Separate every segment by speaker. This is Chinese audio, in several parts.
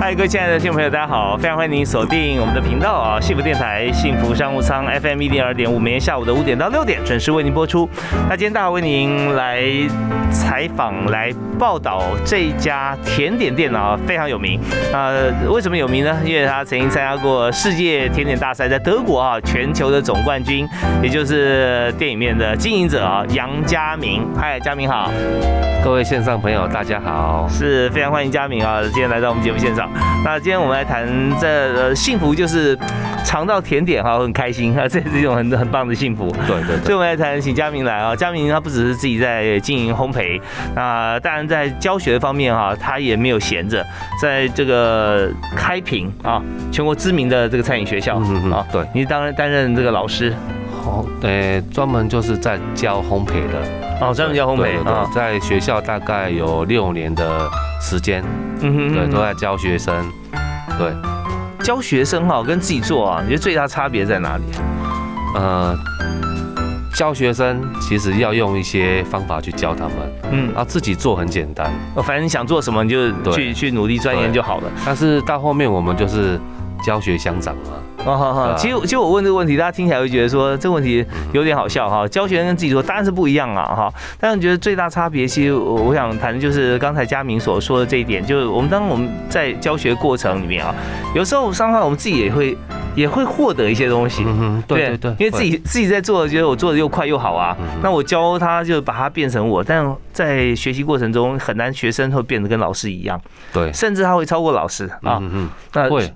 Speaker 1: 嗨，各位亲爱的听众朋友，大家好！非常欢迎您锁定我们的频道啊，幸福电台幸福商务舱 FM 一零二点五，每天下午的五点到六点准时为您播出。那今天大华为您来采访、来报道这一家甜点店啊，非常有名。呃，为什么有名呢？因为它曾经参加过世界甜点大赛，在德国啊，全球的总冠军，也就是店里面的经营者啊，杨佳明。嗨，佳明好。
Speaker 2: 各位线上朋友，大家好。
Speaker 1: 是非常欢迎佳明啊，今天来到我们节目现场。那今天我们来谈这、呃、幸福，就是尝到甜点哈、很开心 啊，这是一种很很棒的幸福。
Speaker 2: 对对
Speaker 1: 所以，我们来谈，请佳明来啊。佳明他不只是自己在经营烘焙，那当然在教学方面哈、他也没有闲着，在这个开平啊，全国知名的这个餐饮学校啊、
Speaker 2: 嗯啊，对，
Speaker 1: 你当然担任这个老师
Speaker 2: 好，呃，专门就是在教烘焙的，
Speaker 1: 哦，专门教烘
Speaker 2: 对
Speaker 1: 焙
Speaker 2: 对对
Speaker 1: 啊，
Speaker 2: 在学校大概有六年的时间，
Speaker 1: 嗯哼
Speaker 2: 对，都在教学生。对，
Speaker 1: 教学生哈、跟自己做啊，你觉得最大差别在哪里？
Speaker 2: 呃，教学生其实要用一些方法去教他们，
Speaker 1: 嗯
Speaker 2: 啊，自己做很简单，
Speaker 1: 哦，反正你想做什么，你就
Speaker 2: 对
Speaker 1: 去去努力钻研
Speaker 2: 对
Speaker 1: 就好了。
Speaker 2: 但是到后面我们就是教学相长嘛。
Speaker 1: 哦，好好，
Speaker 2: 对啊
Speaker 1: 其实其实我问这个问题，大家听起来会觉得说这个问题有点好笑哈。教学生跟自己说当然是不一样啊哈，但是觉得最大差别，其实我我想谈的就是刚才佳明所说的这一点，就是我们当我们在教学过程里面啊，有时候上上我们自己也会也会获得一些东西。
Speaker 2: 嗯哼，对对对，
Speaker 1: 因为自己自己在做，觉得我做的又快又好啊。
Speaker 2: 嗯
Speaker 1: 那我教他就把它变成我，但在学习过程中很难，学生会变得跟老师一样，
Speaker 2: 对，
Speaker 1: 甚至他会超过老师啊。
Speaker 2: 嗯哼，
Speaker 1: 那
Speaker 2: 会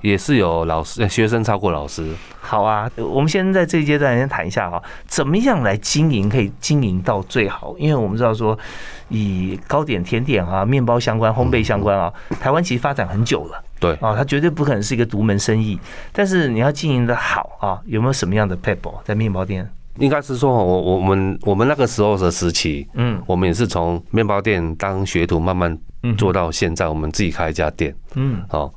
Speaker 2: 也是有老师呃学生超过老师。
Speaker 1: 好啊，我们先在这一阶段先谈一下哈、啊怎么样来经营可以经营到最好？因为我们知道说，以糕点、甜点啊、面包相关、烘焙相关啊，台湾其实发展很久了
Speaker 2: 对，
Speaker 1: 啊，它绝对不可能是一个独门生意。但是你要经营的好啊，有没有什么样的 p e b b l 在面包店？
Speaker 2: 应该是说哦，我我我们我们那个时候的时期，
Speaker 1: 嗯
Speaker 2: 我们也是从面包店当学徒，慢慢
Speaker 1: 嗯
Speaker 2: 做到现在，我们自己开一家店。
Speaker 1: 嗯
Speaker 2: 哦，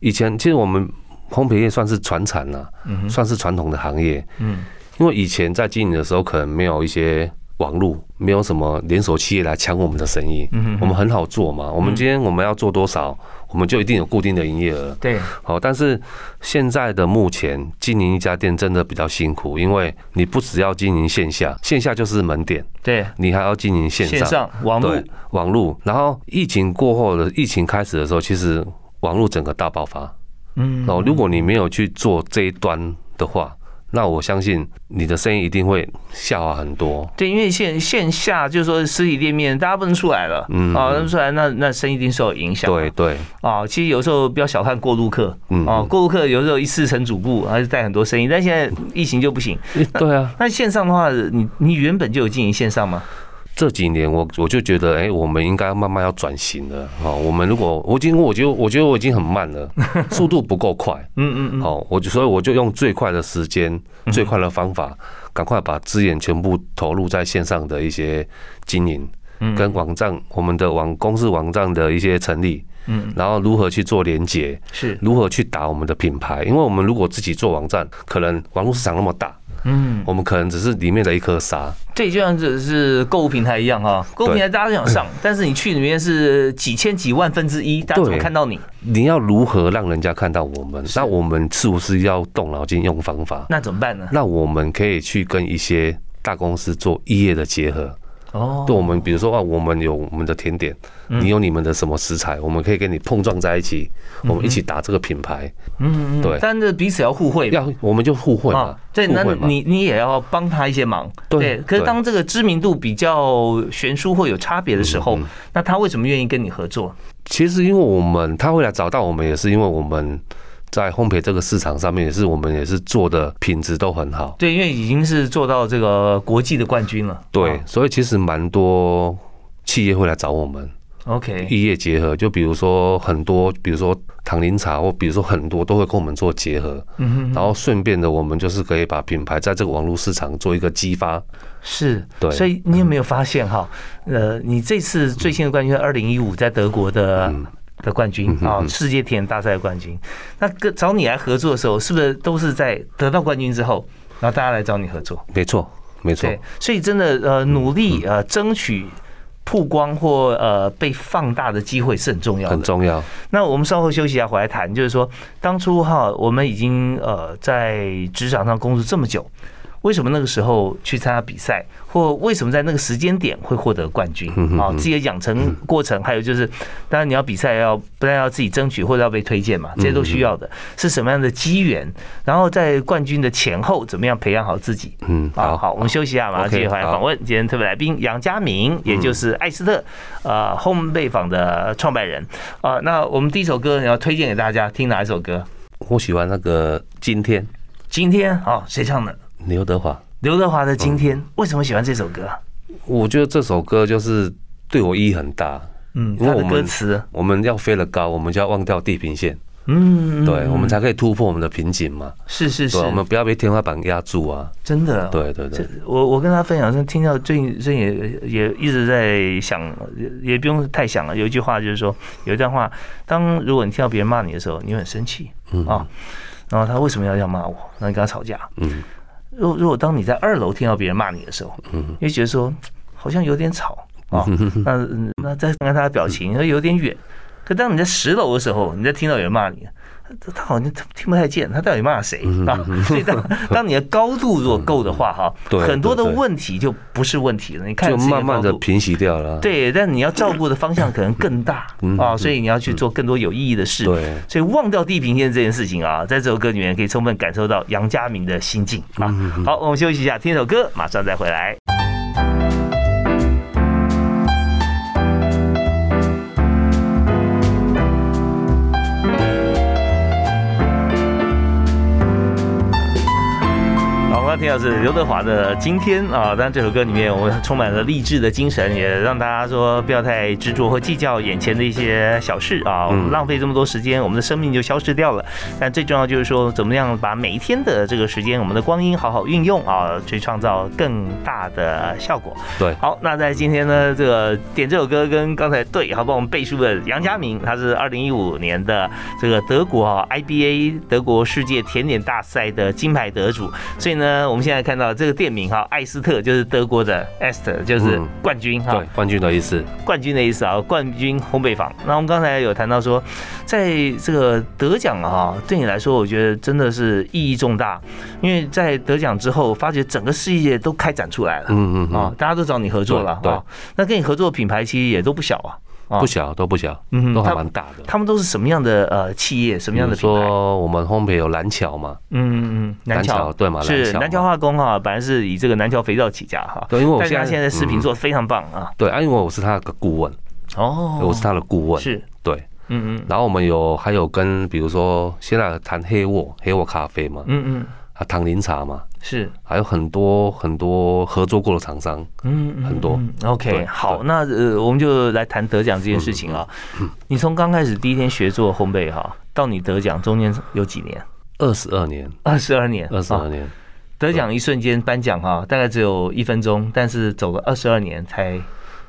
Speaker 2: 以前其实我们烘焙业算是传产了、
Speaker 1: 嗯哼
Speaker 2: 算是传统的行业，
Speaker 1: 嗯
Speaker 2: 因为以前在经营的时候，可能没有一些网络，没有什么连锁企业来抢我们的生意，
Speaker 1: 嗯哼嗯
Speaker 2: 我们很好做嘛。我们今天我们要做多少，我们就一定有固定的营业额。
Speaker 1: 对，
Speaker 2: 好，哦但是现在的目前经营一家店真的比较辛苦，因为你不只要经营线下，线下就是门店，
Speaker 1: 对，
Speaker 2: 你还要经营线上，
Speaker 1: 线上网络
Speaker 2: 对，网络。然后疫情过后的疫情开始的时候，其实网络整个大爆发。
Speaker 1: 嗯
Speaker 2: 哦，如果你没有去做这一端的话，那我相信你的生意一定会下滑很多。
Speaker 1: 对，因为线线下就是说实体店面大家不能出来了，
Speaker 2: 嗯
Speaker 1: 啊，那不出来那那生意一定受影响。
Speaker 2: 对对，
Speaker 1: 啊，其实有时候不要小看过路客，
Speaker 2: 嗯
Speaker 1: 哦，过路客有时候一次成主顾，还是带很多生意，但现在疫情就不行。
Speaker 2: 对啊，
Speaker 1: 那线上的话，你你原本就有经营线上吗？
Speaker 2: 这几年我我就觉得，哎、我们应该慢慢要转型了。哦，我们如果我已经，我觉得我觉得我已经很 慢了，速度不够快。
Speaker 1: 嗯嗯嗯，
Speaker 2: 好、我就所以我就用最快的时间、最快的方法，赶快把资源全部投入在线上的一些经营，
Speaker 1: 嗯
Speaker 2: 跟网站我们的网公司网站的一些成立，
Speaker 1: 嗯，
Speaker 2: 然后如何去做连接，
Speaker 1: 是，
Speaker 2: 如何去打我们的品牌，因为我们如果自己做网站，可能网络市场那么大，
Speaker 1: 嗯，
Speaker 2: 我们可能只是里面的一颗沙，
Speaker 1: 对，就像只是购物平台一样哈、购物平台大家都想上，但是你去里面是几千几万分之一，大家怎么
Speaker 2: 对
Speaker 1: 看到你？
Speaker 2: 你要如何让人家看到我们？那我们是不是要动脑筋用方法？
Speaker 1: 那怎么办呢？
Speaker 2: 那我们可以去跟一些大公司做异业的结合。
Speaker 1: 哦，
Speaker 2: 对我们，比如说啊，我们有我们的甜点，
Speaker 1: 嗯
Speaker 2: 你有你们的什么食材，我们可以跟你碰撞在一起，我们一起打这个品牌，
Speaker 1: 嗯嗯，嗯嗯
Speaker 2: 对
Speaker 1: 但是彼此要互惠嘛。
Speaker 2: 要我们就互惠嘛
Speaker 1: 啊，，对，
Speaker 2: 互
Speaker 1: 那
Speaker 2: 惠嘛，
Speaker 1: 你你也要帮他一些忙，
Speaker 2: 对
Speaker 1: 可是
Speaker 2: 对
Speaker 1: 当这个知名度比较悬殊或有差别的时
Speaker 2: 嗯
Speaker 1: 候，那他为什么愿意跟你合作？
Speaker 2: 其实因为我们他会来找到我们，也是因为我们在烘焙这个市场上面，也是我们也是做的品质都很好，
Speaker 1: 对，因为已经是做到这个国际的冠军了。
Speaker 2: 对
Speaker 1: 啊，
Speaker 2: 所以其实蛮多企业会来找我们，
Speaker 1: OK，
Speaker 2: 异业结合，就比如说很多，比如说唐林茶，或比如说很多都会跟我们做结合，
Speaker 1: 嗯哼
Speaker 2: 然后顺便的，我们就是可以把品牌在这个网络市场做一个激发。
Speaker 1: 是，
Speaker 2: 对
Speaker 1: 所以你有没有发现哈？呃，你这次最新的冠军，二零一五在德国的。的冠军啊、世界田大赛的冠军，那跟找你来合作的时候，是不是都是在得到冠军之后，然后大家来找你合作？
Speaker 2: 没错，没错，
Speaker 1: 对，所以真的呃，努力呃，争取曝光或呃被放大的机会是很重要
Speaker 2: 很
Speaker 1: 的。
Speaker 2: 重要。
Speaker 1: 那我们稍后休息一下，回来谈，就是说当初哈，我们已经呃在职场上工作这么久，为什么那个时候去参加比赛，或为什么在那个时间点会获得冠军
Speaker 2: 嗯
Speaker 1: 啊？自己的养成过程，还有就是，当然你要比赛要不但要自己争取，或者要被推荐嘛，这些都需
Speaker 2: 嗯
Speaker 1: 要的。是什么样的机缘？然后在冠军的前后，怎么样培养好自己？
Speaker 2: 嗯，
Speaker 1: 啊，
Speaker 2: 好，
Speaker 1: 好，我们休息一下，马上
Speaker 2: OK，
Speaker 1: 继续回来
Speaker 2: 好嗯
Speaker 1: 访问今天特别来宾杨家明，也就是艾斯特，呃，Home 贝坊的创办人。啊，那我们第一首歌你要推荐给大家听哪一首歌？
Speaker 2: 我喜欢那个今天
Speaker 1: 今天啊，谁唱的？
Speaker 2: 刘德华，
Speaker 1: 刘德华的《今天》，
Speaker 2: 嗯
Speaker 1: 为什么喜欢这首歌？
Speaker 2: 我觉得这首歌就是对我意义很大。
Speaker 1: 嗯，
Speaker 2: 因为
Speaker 1: 他的
Speaker 2: 我
Speaker 1: 歌
Speaker 2: 们
Speaker 1: 词，
Speaker 2: 我们要飞得高，我们就要忘掉地平线，
Speaker 1: 嗯，
Speaker 2: 对，我们才可以突破我们的瓶颈嘛。
Speaker 1: 是是是
Speaker 2: 对，，我们不要被天花板压住啊。
Speaker 1: 真的，
Speaker 2: 对对对
Speaker 1: 这。我我跟他分享，是听到最近最近也也一直在想，也也不用太想了。有一句话就是说，有一段话，当如果你听到别人骂你的时候，你会很生气啊。然后他为什么要这样骂我？然后你跟他吵架。
Speaker 2: 嗯，
Speaker 1: 如果如果当你在二楼听到别人骂你的时候，嗯，会觉得说好像有点吵啊。
Speaker 2: 嗯
Speaker 1: 那那再看看他的表情，说有点远。可当你在十楼的时候，你在听到有人骂你，他他好像听不太见，他到底骂谁
Speaker 2: 嗯
Speaker 1: 啊？所以当当你的高度如果够的话，哈，
Speaker 2: 对
Speaker 1: 很多的
Speaker 2: 对对
Speaker 1: 问题就不是问题了。你看
Speaker 2: 就
Speaker 1: 自己
Speaker 2: 慢慢的
Speaker 1: 高度
Speaker 2: 平息掉了啊。
Speaker 1: 对，但你要照顾的方向可能更大啊，所以你要去做更多有意义的事。
Speaker 2: 嗯对
Speaker 1: 所以忘掉地平线这件事情啊，在这首歌里面可以充分感受到杨家明的心境啊。好，我们休息一下，听一首歌，马上再回来。好，我们刚刚听到是刘德华的《今天》啊，当然这首歌里面我们充满了励志的精神，也让大家说不要太执着或计较眼前的一些小事啊，我们浪费这么多时间，我们的生命就消失掉了。但最重要就是说，怎么样把每一天的这个时间，我们的光阴好好运用啊，去创造更大的效果。
Speaker 2: 对
Speaker 1: 好，那在今天呢，这个点这首歌跟刚才对，好帮我们背书的杨家明，他是二零一五年的这个德国啊 IBA 德国世界甜点大赛的金牌得主，所以呢，我们现在看到这个店名哈，艾斯特就是德国的 Est，就是
Speaker 2: 嗯
Speaker 1: 冠军哈、
Speaker 2: 对，冠军的意思。
Speaker 1: 冠军的意思啊，冠军烘焙坊。那我们刚才有谈到说，在这个得奖啊，对你来说，我觉得真的是意义重大，因为在得奖之后，发觉整个世界都开展出来了。
Speaker 2: 嗯嗯
Speaker 1: 啊
Speaker 2: 嗯，，
Speaker 1: 大家都找你合作了
Speaker 2: 对
Speaker 1: 啊。那跟你合作的品牌其实也都不小啊，啊
Speaker 2: 不小都不小，
Speaker 1: 嗯哼
Speaker 2: 都还
Speaker 1: 他
Speaker 2: 蛮大的。
Speaker 1: 他们都是什么样的呃企业，什么
Speaker 2: 比
Speaker 1: 样
Speaker 2: 如
Speaker 1: 的品牌？
Speaker 2: 说我们烘焙有蓝桥嘛，
Speaker 1: 嗯嗯嗯，南
Speaker 2: 桥
Speaker 1: 桥
Speaker 2: 对嘛，
Speaker 1: 是
Speaker 2: 嘛
Speaker 1: 南桥化工啊哈，本来是以这个南桥肥皂起家哈，
Speaker 2: 对，因为我
Speaker 1: 但是
Speaker 2: 现
Speaker 1: 他
Speaker 2: 在
Speaker 1: 现在视频
Speaker 2: 嗯
Speaker 1: 做的非常棒啊。
Speaker 2: 对，啊，因为我是他的顾问，
Speaker 1: 哦
Speaker 2: 我是他的顾问，
Speaker 1: 是
Speaker 2: 对。
Speaker 1: 嗯嗯
Speaker 2: 然后我们有还有跟比如说现在谈黑沃黑沃咖啡嘛，
Speaker 1: 嗯嗯
Speaker 2: 啊唐林茶嘛，
Speaker 1: 是
Speaker 2: 还有很多很多合作过的厂商，
Speaker 1: 嗯嗯
Speaker 2: 很多
Speaker 1: 嗯 OK
Speaker 2: 对
Speaker 1: 好，
Speaker 2: 对嗯
Speaker 1: 那呃我们就来谈得奖这件事情啊。你从刚开始第一天学做烘焙哈，到你得奖中间有几年？
Speaker 2: 二十二年，
Speaker 1: 二十二年，
Speaker 2: 二十
Speaker 1: 啊
Speaker 2: 二年，
Speaker 1: 得奖一瞬间颁奖哈，大概只有一分钟，但是走了二十二年才，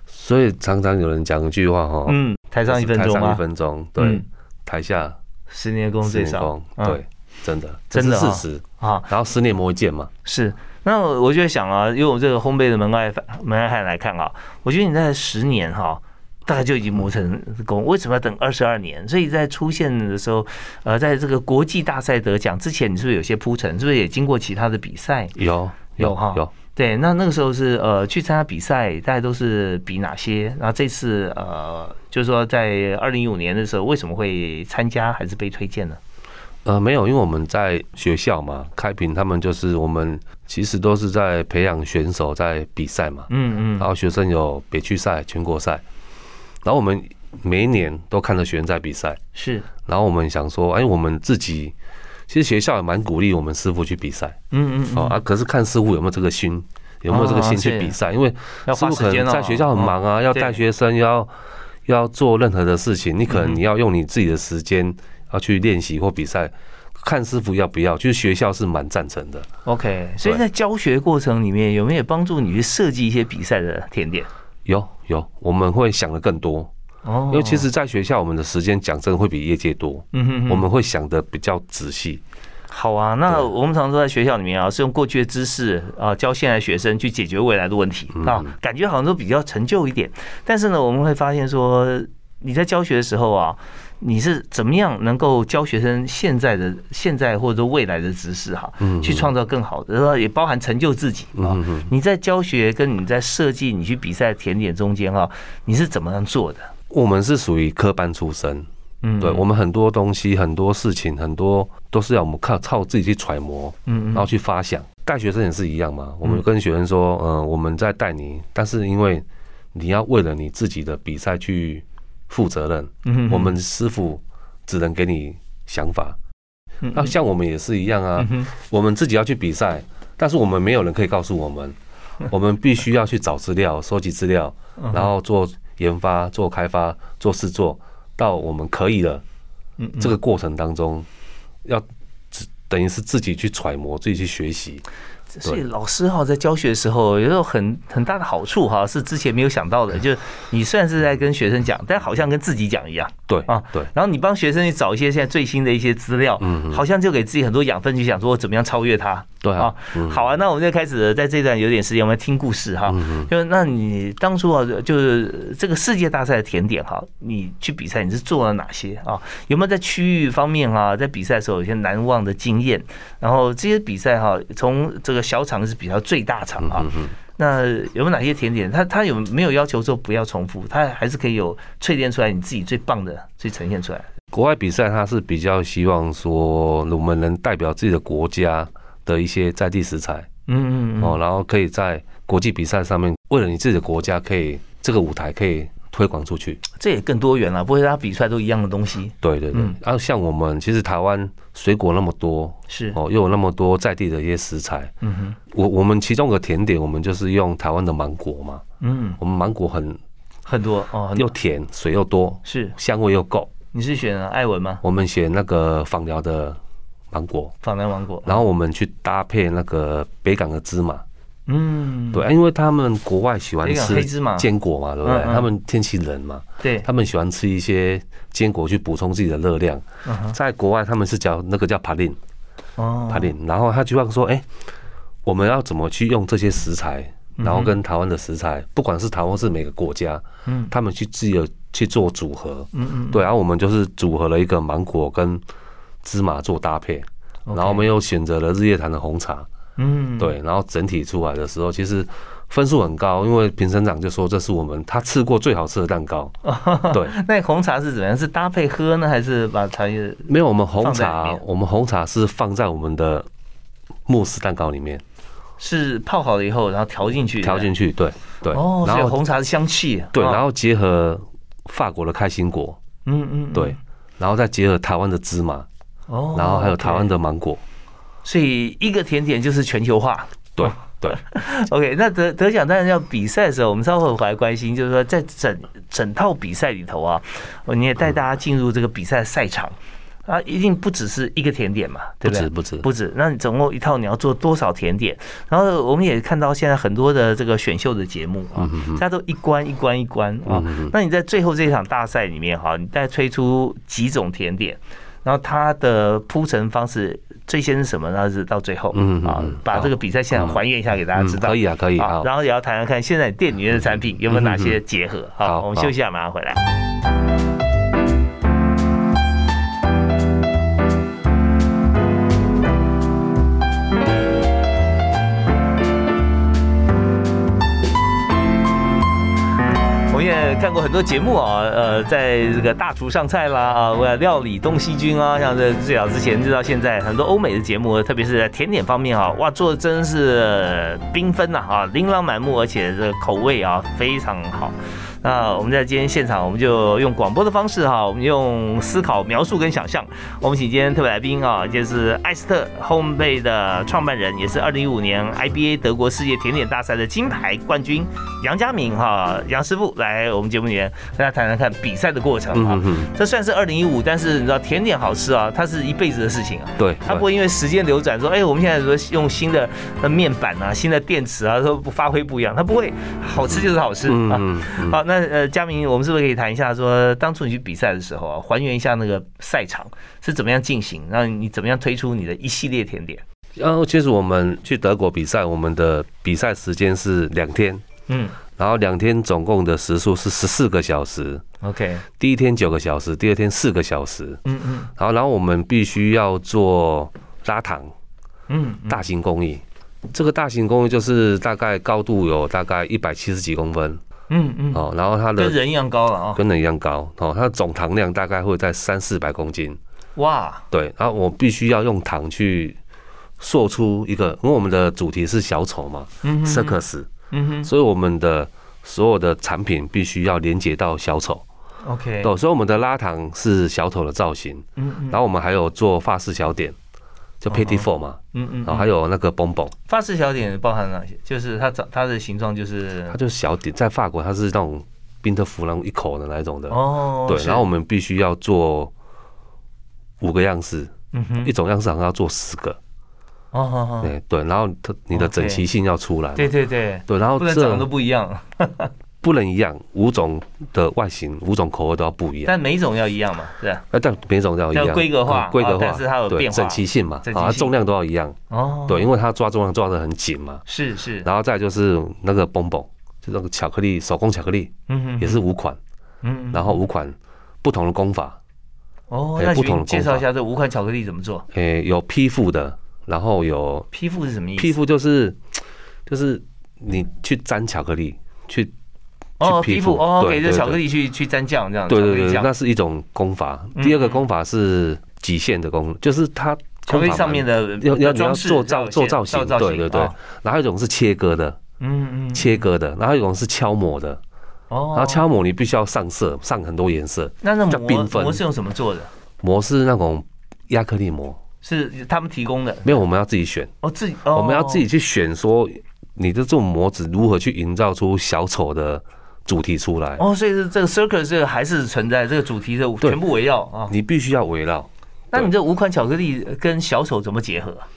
Speaker 2: 所以常常有人讲一句话哈，
Speaker 1: 嗯，台上一分钟
Speaker 2: 台上一
Speaker 1: 啊，
Speaker 2: 分钟，对
Speaker 1: 嗯，
Speaker 2: 台下
Speaker 1: 十年功
Speaker 2: 十
Speaker 1: 最
Speaker 2: 年
Speaker 1: 少
Speaker 2: 功，，
Speaker 1: 嗯
Speaker 2: 对，真的，这
Speaker 1: 真
Speaker 2: 是
Speaker 1: 的
Speaker 2: 事
Speaker 1: 哈
Speaker 2: 实。
Speaker 1: 啊，
Speaker 2: 然后十年磨一剑嘛，
Speaker 1: 是。那我就在想啊，因为我这个烘焙的门外门外汉来看啊，我觉得你在十年哈。大概就已经磨成功，为什么要等二十二年？所以在出现的时候，呃，在这个国际大赛得奖之前，你是不是有些铺陈？是不是也经过其他的比赛？
Speaker 2: 有
Speaker 1: 有哈
Speaker 2: 有，
Speaker 1: 对，那那个时候是呃去参加比赛，大家都是比哪些？然后这次呃，就是说在二零一五年的时候，为什么会参加还是被推荐呢？
Speaker 2: 呃，没有，因为我们在学校嘛，开平他们就是我们其实都是在培养选手在比赛嘛，
Speaker 1: 嗯
Speaker 2: 然后学生有北区赛、全国赛，然后我们每一年都看着学生在比赛，
Speaker 1: 是，
Speaker 2: 然后我们想说，哎，我们自己其实学校也蛮鼓励我们师傅去比赛
Speaker 1: 嗯嗯，
Speaker 2: 哦啊，可是看师傅有没有这个心，有没有这个心
Speaker 1: 哦
Speaker 2: 去
Speaker 1: 是
Speaker 2: 比赛，因为
Speaker 1: 要
Speaker 2: 师
Speaker 1: 花
Speaker 2: 傅
Speaker 1: 时
Speaker 2: 可
Speaker 1: 间
Speaker 2: 能
Speaker 1: 哦，
Speaker 2: 在学校很忙啊，要带
Speaker 1: 对
Speaker 2: 学生，要要做任何的事情，你可
Speaker 1: 嗯
Speaker 2: 能你要用你自己的时间要去练习或比赛，看师傅要不要。就是学校是蛮赞成的，
Speaker 1: 哦 OK，所以在教学过程里面，有没有帮助你去设计一些比赛的甜点？
Speaker 2: 有有，我们会想的更多，
Speaker 1: 哦
Speaker 2: 因为其，实，在学校我们的时间讲真的会比业界多，
Speaker 1: 嗯哼哼
Speaker 2: 我们会想的比较仔细。
Speaker 1: 好啊，那我们常说在学校里面啊，是用过去的知识啊教现在学生去解决未来的问题
Speaker 2: 嗯
Speaker 1: 啊，感觉好像都比较陈旧一点。但是呢，我们会发现说你在教学的时候啊，你是怎么样能够教学生现在的现在或者说未来的知识哈、
Speaker 2: 嗯
Speaker 1: 去创造更好的，然后也包含成就自己啊。
Speaker 2: 嗯嗯，
Speaker 1: 你在教学跟你在设计你去比赛甜点中间啊，你是怎么样做的？
Speaker 2: 我们是属于科班出身，
Speaker 1: 嗯，
Speaker 2: 对我们很多东西、很多事情、很多都是要我们靠靠自己去揣摩，
Speaker 1: 嗯
Speaker 2: 然
Speaker 1: 嗯
Speaker 2: 后去发想。带学生也是一样嘛，我们
Speaker 1: 嗯
Speaker 2: 跟学生说，嗯、我们在带你，但是因为你要为了你自己的比赛去负责任，
Speaker 1: 嗯
Speaker 2: 我们师傅只能给你想法。
Speaker 1: 嗯
Speaker 2: 那像我们也是一样啊，
Speaker 1: 嗯
Speaker 2: 我们自己要去比赛，但是我们没有人可以告诉我们，我们必须要去找资 料、收集资料，
Speaker 1: 嗯
Speaker 2: 然后做研发、做开发、做试做，到我们可以了。
Speaker 1: 嗯
Speaker 2: 这个过程当中，要自等于是自己去揣摩、自己去学习。
Speaker 1: 所以老师哈在教学的时候，有时候很很大的好处哈，是之前没有想到的，就是你虽然是在跟学生讲，但好像跟自己讲一样。
Speaker 2: 对
Speaker 1: 啊
Speaker 2: 对，
Speaker 1: 然后你帮学生去找一些现在最新的一些资料，
Speaker 2: 嗯
Speaker 1: 好像就给自己很多养分，去想说我怎么样超越他。
Speaker 2: 对啊，嗯
Speaker 1: 好啊，那我们就开始在这段有点时间，我们听故事
Speaker 2: 啊
Speaker 1: 哈。就是那你当初啊，就是这个世界大赛的甜点哈，你去比赛你是做了哪些啊？有没有在区域方面啊，在比赛的时候有些难忘的经验？然后这些比赛哈，从这个小厂是比较最大厂啊。那有没有哪些甜点？它它有没有要求说不要重复？它还是可以有淬炼出来你自己最棒的，最呈现出来的。
Speaker 2: 国外比赛，他是比较希望说我们能代表自己的国家的一些在地食材
Speaker 1: 嗯嗯
Speaker 2: 哦，然后可以在国际比赛上面，为了你自己的国家，可以这个舞台可以推广出去。
Speaker 1: 这也更多元了，不会大家比出来都一样的东西。
Speaker 2: 对对对，
Speaker 1: 嗯
Speaker 2: 然后、像我们其实台湾水果那么多
Speaker 1: 是，
Speaker 2: 哦，又有那么多在地的一些食材，
Speaker 1: 嗯哼，
Speaker 2: 我我们其中有个甜点，我们就是用台湾的芒果嘛，
Speaker 1: 嗯，
Speaker 2: 我们芒果很
Speaker 1: 很多哦，很多
Speaker 2: 又甜，水又多，
Speaker 1: 是，
Speaker 2: 香味又够，
Speaker 1: 你是选艾文吗？
Speaker 2: 我们选那个访寮的芒果，
Speaker 1: 访南王国，
Speaker 2: 然后我们去搭配那个北港的芝麻，
Speaker 1: 嗯，
Speaker 2: 对，因为他们国外喜欢
Speaker 1: 北港黑
Speaker 2: 吃
Speaker 1: 芝麻，
Speaker 2: 坚果嘛，对不对？
Speaker 1: 嗯嗯
Speaker 2: 他们天气冷嘛，
Speaker 1: 对，
Speaker 2: 他们喜欢吃一些坚果去补充自己的热量。
Speaker 1: 嗯哼
Speaker 2: 在国外，他们是叫那个叫 p a l i n
Speaker 1: 哦
Speaker 2: p a l i n 然后他就要说，哎，我们要怎么去用这些食材，然后跟台湾的食材，不管是台湾是每个国家，
Speaker 1: 嗯
Speaker 2: 他们去自由去做组合，
Speaker 1: 嗯嗯，
Speaker 2: 对，然后我们就是组合了一个芒果跟芝麻做搭配，然后我们又选择了日月潭的红茶，
Speaker 1: 嗯，
Speaker 2: 对，然后整体出来的时候，其实分数很高，因为评审长就说这是我们他吃过最好吃的蛋 糕。对，
Speaker 1: 那红茶是怎么样？是搭配喝呢，还是把茶叶？
Speaker 2: 没有我们红
Speaker 1: 放在里
Speaker 2: 茶
Speaker 1: 面，
Speaker 2: 我们红茶是放在我们的慕斯蛋糕里面
Speaker 1: 是泡好了以后，然后调进去，
Speaker 2: 调进去，对对，
Speaker 1: 哦，所以
Speaker 2: 然后
Speaker 1: 红茶的香气，
Speaker 2: 对，
Speaker 1: 哦
Speaker 2: 然后结合法国的开心果，
Speaker 1: 嗯嗯，嗯
Speaker 2: 对，，然后再结合台湾的芝麻，
Speaker 1: 哦，
Speaker 2: 然后还有台湾
Speaker 1: 的，
Speaker 2: 的芒果，
Speaker 1: 所以一个甜点就是全球化。
Speaker 2: 对对。
Speaker 1: OK，那得得奖当然要比赛的时候，我们稍后回来关心，就是说在整整套比赛里头啊，哦你也带大家进入这个比赛赛场啊，一定不只是一个甜点嘛，对
Speaker 2: 不
Speaker 1: 不对
Speaker 2: 止？不止，
Speaker 1: 不止，那你总共一套你要做多少甜点？然后我们也看到现在很多的这个选秀的节目
Speaker 2: 嗯
Speaker 1: 啊，它都一关一关一关啊。那你在最后这场大赛里面哈，你再推出几种甜点，然后它的铺陈方式最先是什么？那是到最后
Speaker 2: 嗯嗯嗯
Speaker 1: 啊，把这个比赛现场还原一下给大家知道
Speaker 2: 可。以啊，可以啊
Speaker 1: 好，。然后也要谈谈看现在店里面的产品有没有哪些结合。好，
Speaker 2: 嗯好
Speaker 1: 我们休息一下，马上回来。我们也看过很多节目啊，呃，在这个大厨上菜啦啊，为了料理东西军啊，像这最早之前就到现在，很多欧美的节目，特别是在甜点方面啊，哇，做的真是缤纷呐啊，琳琅满目，而且这个口味啊非常好。那我们在今天现场，我们就用广播的方式哈，我们用思考、描述跟想象。我们请今天特别来宾啊，就是艾斯特 Homebay 的创办人，也是二零一五年 IBA 德国世界甜点大赛的金牌冠军杨家明哈，杨师傅来我们节目里面跟他谈谈看比赛的过程啊。
Speaker 2: 嗯嗯，
Speaker 1: 这算是二零一五，但是你知道甜点好吃啊，它是一辈子的事情啊。
Speaker 2: 对，
Speaker 1: 它不会因为时间流转说，哎，我们现在说用新的呃面板啊、新的电池啊，说不发挥不一样，它不会好吃就是好吃
Speaker 2: 嗯
Speaker 1: 啊。
Speaker 2: 嗯嗯，
Speaker 1: 好，那呃，佳明，我们是不是可以谈一下说，当初你去比赛的时候啊，还原一下那个赛场是怎么样进行，然后你怎么样推出你的一系列甜点？
Speaker 2: 然后其实我们去德国比赛，我们的比赛时间是两天，
Speaker 1: 嗯
Speaker 2: 然后两天总共的时数是十四个小时，
Speaker 1: ，OK，
Speaker 2: 第一天九个小时，第二天四个小时，
Speaker 1: 嗯嗯
Speaker 2: 然后然后我们必须要做拉糖，
Speaker 1: 嗯嗯
Speaker 2: 大型工艺。这个大型工艺就是大概高度有大概一百七十几公分
Speaker 1: 嗯嗯，
Speaker 2: 哦，然后它
Speaker 1: 跟
Speaker 2: 的
Speaker 1: 人一样高了啊！
Speaker 2: 跟人一样高哦，它的总糖量大概会在三四百公斤。
Speaker 1: 哇，
Speaker 2: 对，然后我必须要用糖去塑出一个，因为我们的主题是小丑嘛
Speaker 1: 嗯哼
Speaker 2: ，circus，
Speaker 1: 嗯
Speaker 2: 所以我们的所有的产品必须要连接到小丑。
Speaker 1: 哼，OK，
Speaker 2: 对，所以我们的拉糖是小丑的造型，
Speaker 1: 嗯嗯
Speaker 2: 然后我们还有做发饰小点，就 Petit Four 嘛，
Speaker 1: 嗯嗯
Speaker 2: 然后还有那个 b o n b o n
Speaker 1: 发饰小点包含哪些？就是它长它的形状就是
Speaker 2: 它就是小点，在法国它是那种宾特芙那种一口的那一种的，
Speaker 1: 哦，
Speaker 2: 对，
Speaker 1: 是
Speaker 2: 然后我们必须要做五个样式，
Speaker 1: 嗯哼
Speaker 2: 一，种样式好像要做十个，
Speaker 1: 哦好好，
Speaker 2: 对对，然后它你的整齐性要出来嘛，
Speaker 1: 对对对，
Speaker 2: 对，然后
Speaker 1: 不能长得都
Speaker 2: 这
Speaker 1: 不一样，
Speaker 2: 不能一样，五种的外形、五种口味都要不一样。
Speaker 1: 但每一种要一样嘛，是吧？
Speaker 2: 那但每种都要一
Speaker 1: 要
Speaker 2: 样，
Speaker 1: 规格化
Speaker 2: 嗯规
Speaker 1: 哦
Speaker 2: 格化，
Speaker 1: 但是它有
Speaker 2: 对
Speaker 1: 变化
Speaker 2: 整齐性嘛，
Speaker 1: 整齐
Speaker 2: 啊，它
Speaker 1: 性
Speaker 2: 重量都要一样，
Speaker 1: 哦，
Speaker 2: 对，，因为它抓重量抓得很紧嘛。
Speaker 1: 是是，
Speaker 2: 然后再就是那个蹦蹦，就那个巧克力手工巧克力
Speaker 1: 嗯哼，
Speaker 2: 也是五款，
Speaker 1: 嗯，嗯
Speaker 2: 然后五款不同的工法，
Speaker 1: 哦，
Speaker 2: 哎
Speaker 1: 那
Speaker 2: 不同
Speaker 1: 请
Speaker 2: 的
Speaker 1: 介绍
Speaker 2: 功
Speaker 1: 一下这五款巧克力怎么做？
Speaker 2: 诶，有批复的，然后有
Speaker 1: 批复是什么意思？
Speaker 2: 批复就是就是你去沾巧克力，去
Speaker 1: 哦，
Speaker 2: 去
Speaker 1: 批
Speaker 2: 批
Speaker 1: 复
Speaker 2: 复
Speaker 1: 哦
Speaker 2: 对
Speaker 1: ，OK，就
Speaker 2: 对
Speaker 1: 巧克
Speaker 2: 对
Speaker 1: 力去去沾酱这样，
Speaker 2: 对
Speaker 1: 哦巧克
Speaker 2: 对
Speaker 1: 力
Speaker 2: 对，
Speaker 1: 酱
Speaker 2: 那是一种功法。
Speaker 1: 嗯
Speaker 2: 第二个功法是极限的功，就是它
Speaker 1: 巧克力
Speaker 2: 功法
Speaker 1: 上面
Speaker 2: 嘛
Speaker 1: 的
Speaker 2: 要要你要
Speaker 1: 装饰
Speaker 2: 做造
Speaker 1: 有
Speaker 2: 做
Speaker 1: 些
Speaker 2: 造型，
Speaker 1: 造
Speaker 2: 对对对
Speaker 1: 哦。
Speaker 2: 然后还有一种是切割的，
Speaker 1: 嗯嗯，
Speaker 2: 切割的，然后还有一种是敲模的，
Speaker 1: 哦，
Speaker 2: 然后敲模你必须要上色，上很多颜色，
Speaker 1: 那那
Speaker 2: 叫
Speaker 1: 膜
Speaker 2: 缤纷
Speaker 1: 膜是用什么做的？
Speaker 2: 模是那种亚克力模，
Speaker 1: 是他们提供的
Speaker 2: 没有我们要自己选，
Speaker 1: 哦，自己
Speaker 2: 我们要自
Speaker 1: 己。
Speaker 2: 己去选说你的这种模子如何去营造出小丑的主题出来，
Speaker 1: 哦，所以是这个 circle 这个还是存在，这个主题的
Speaker 2: 对
Speaker 1: 全部围绕啊。
Speaker 2: 你必须要围绕。
Speaker 1: 那你这五款巧克力跟小手怎么结合啊？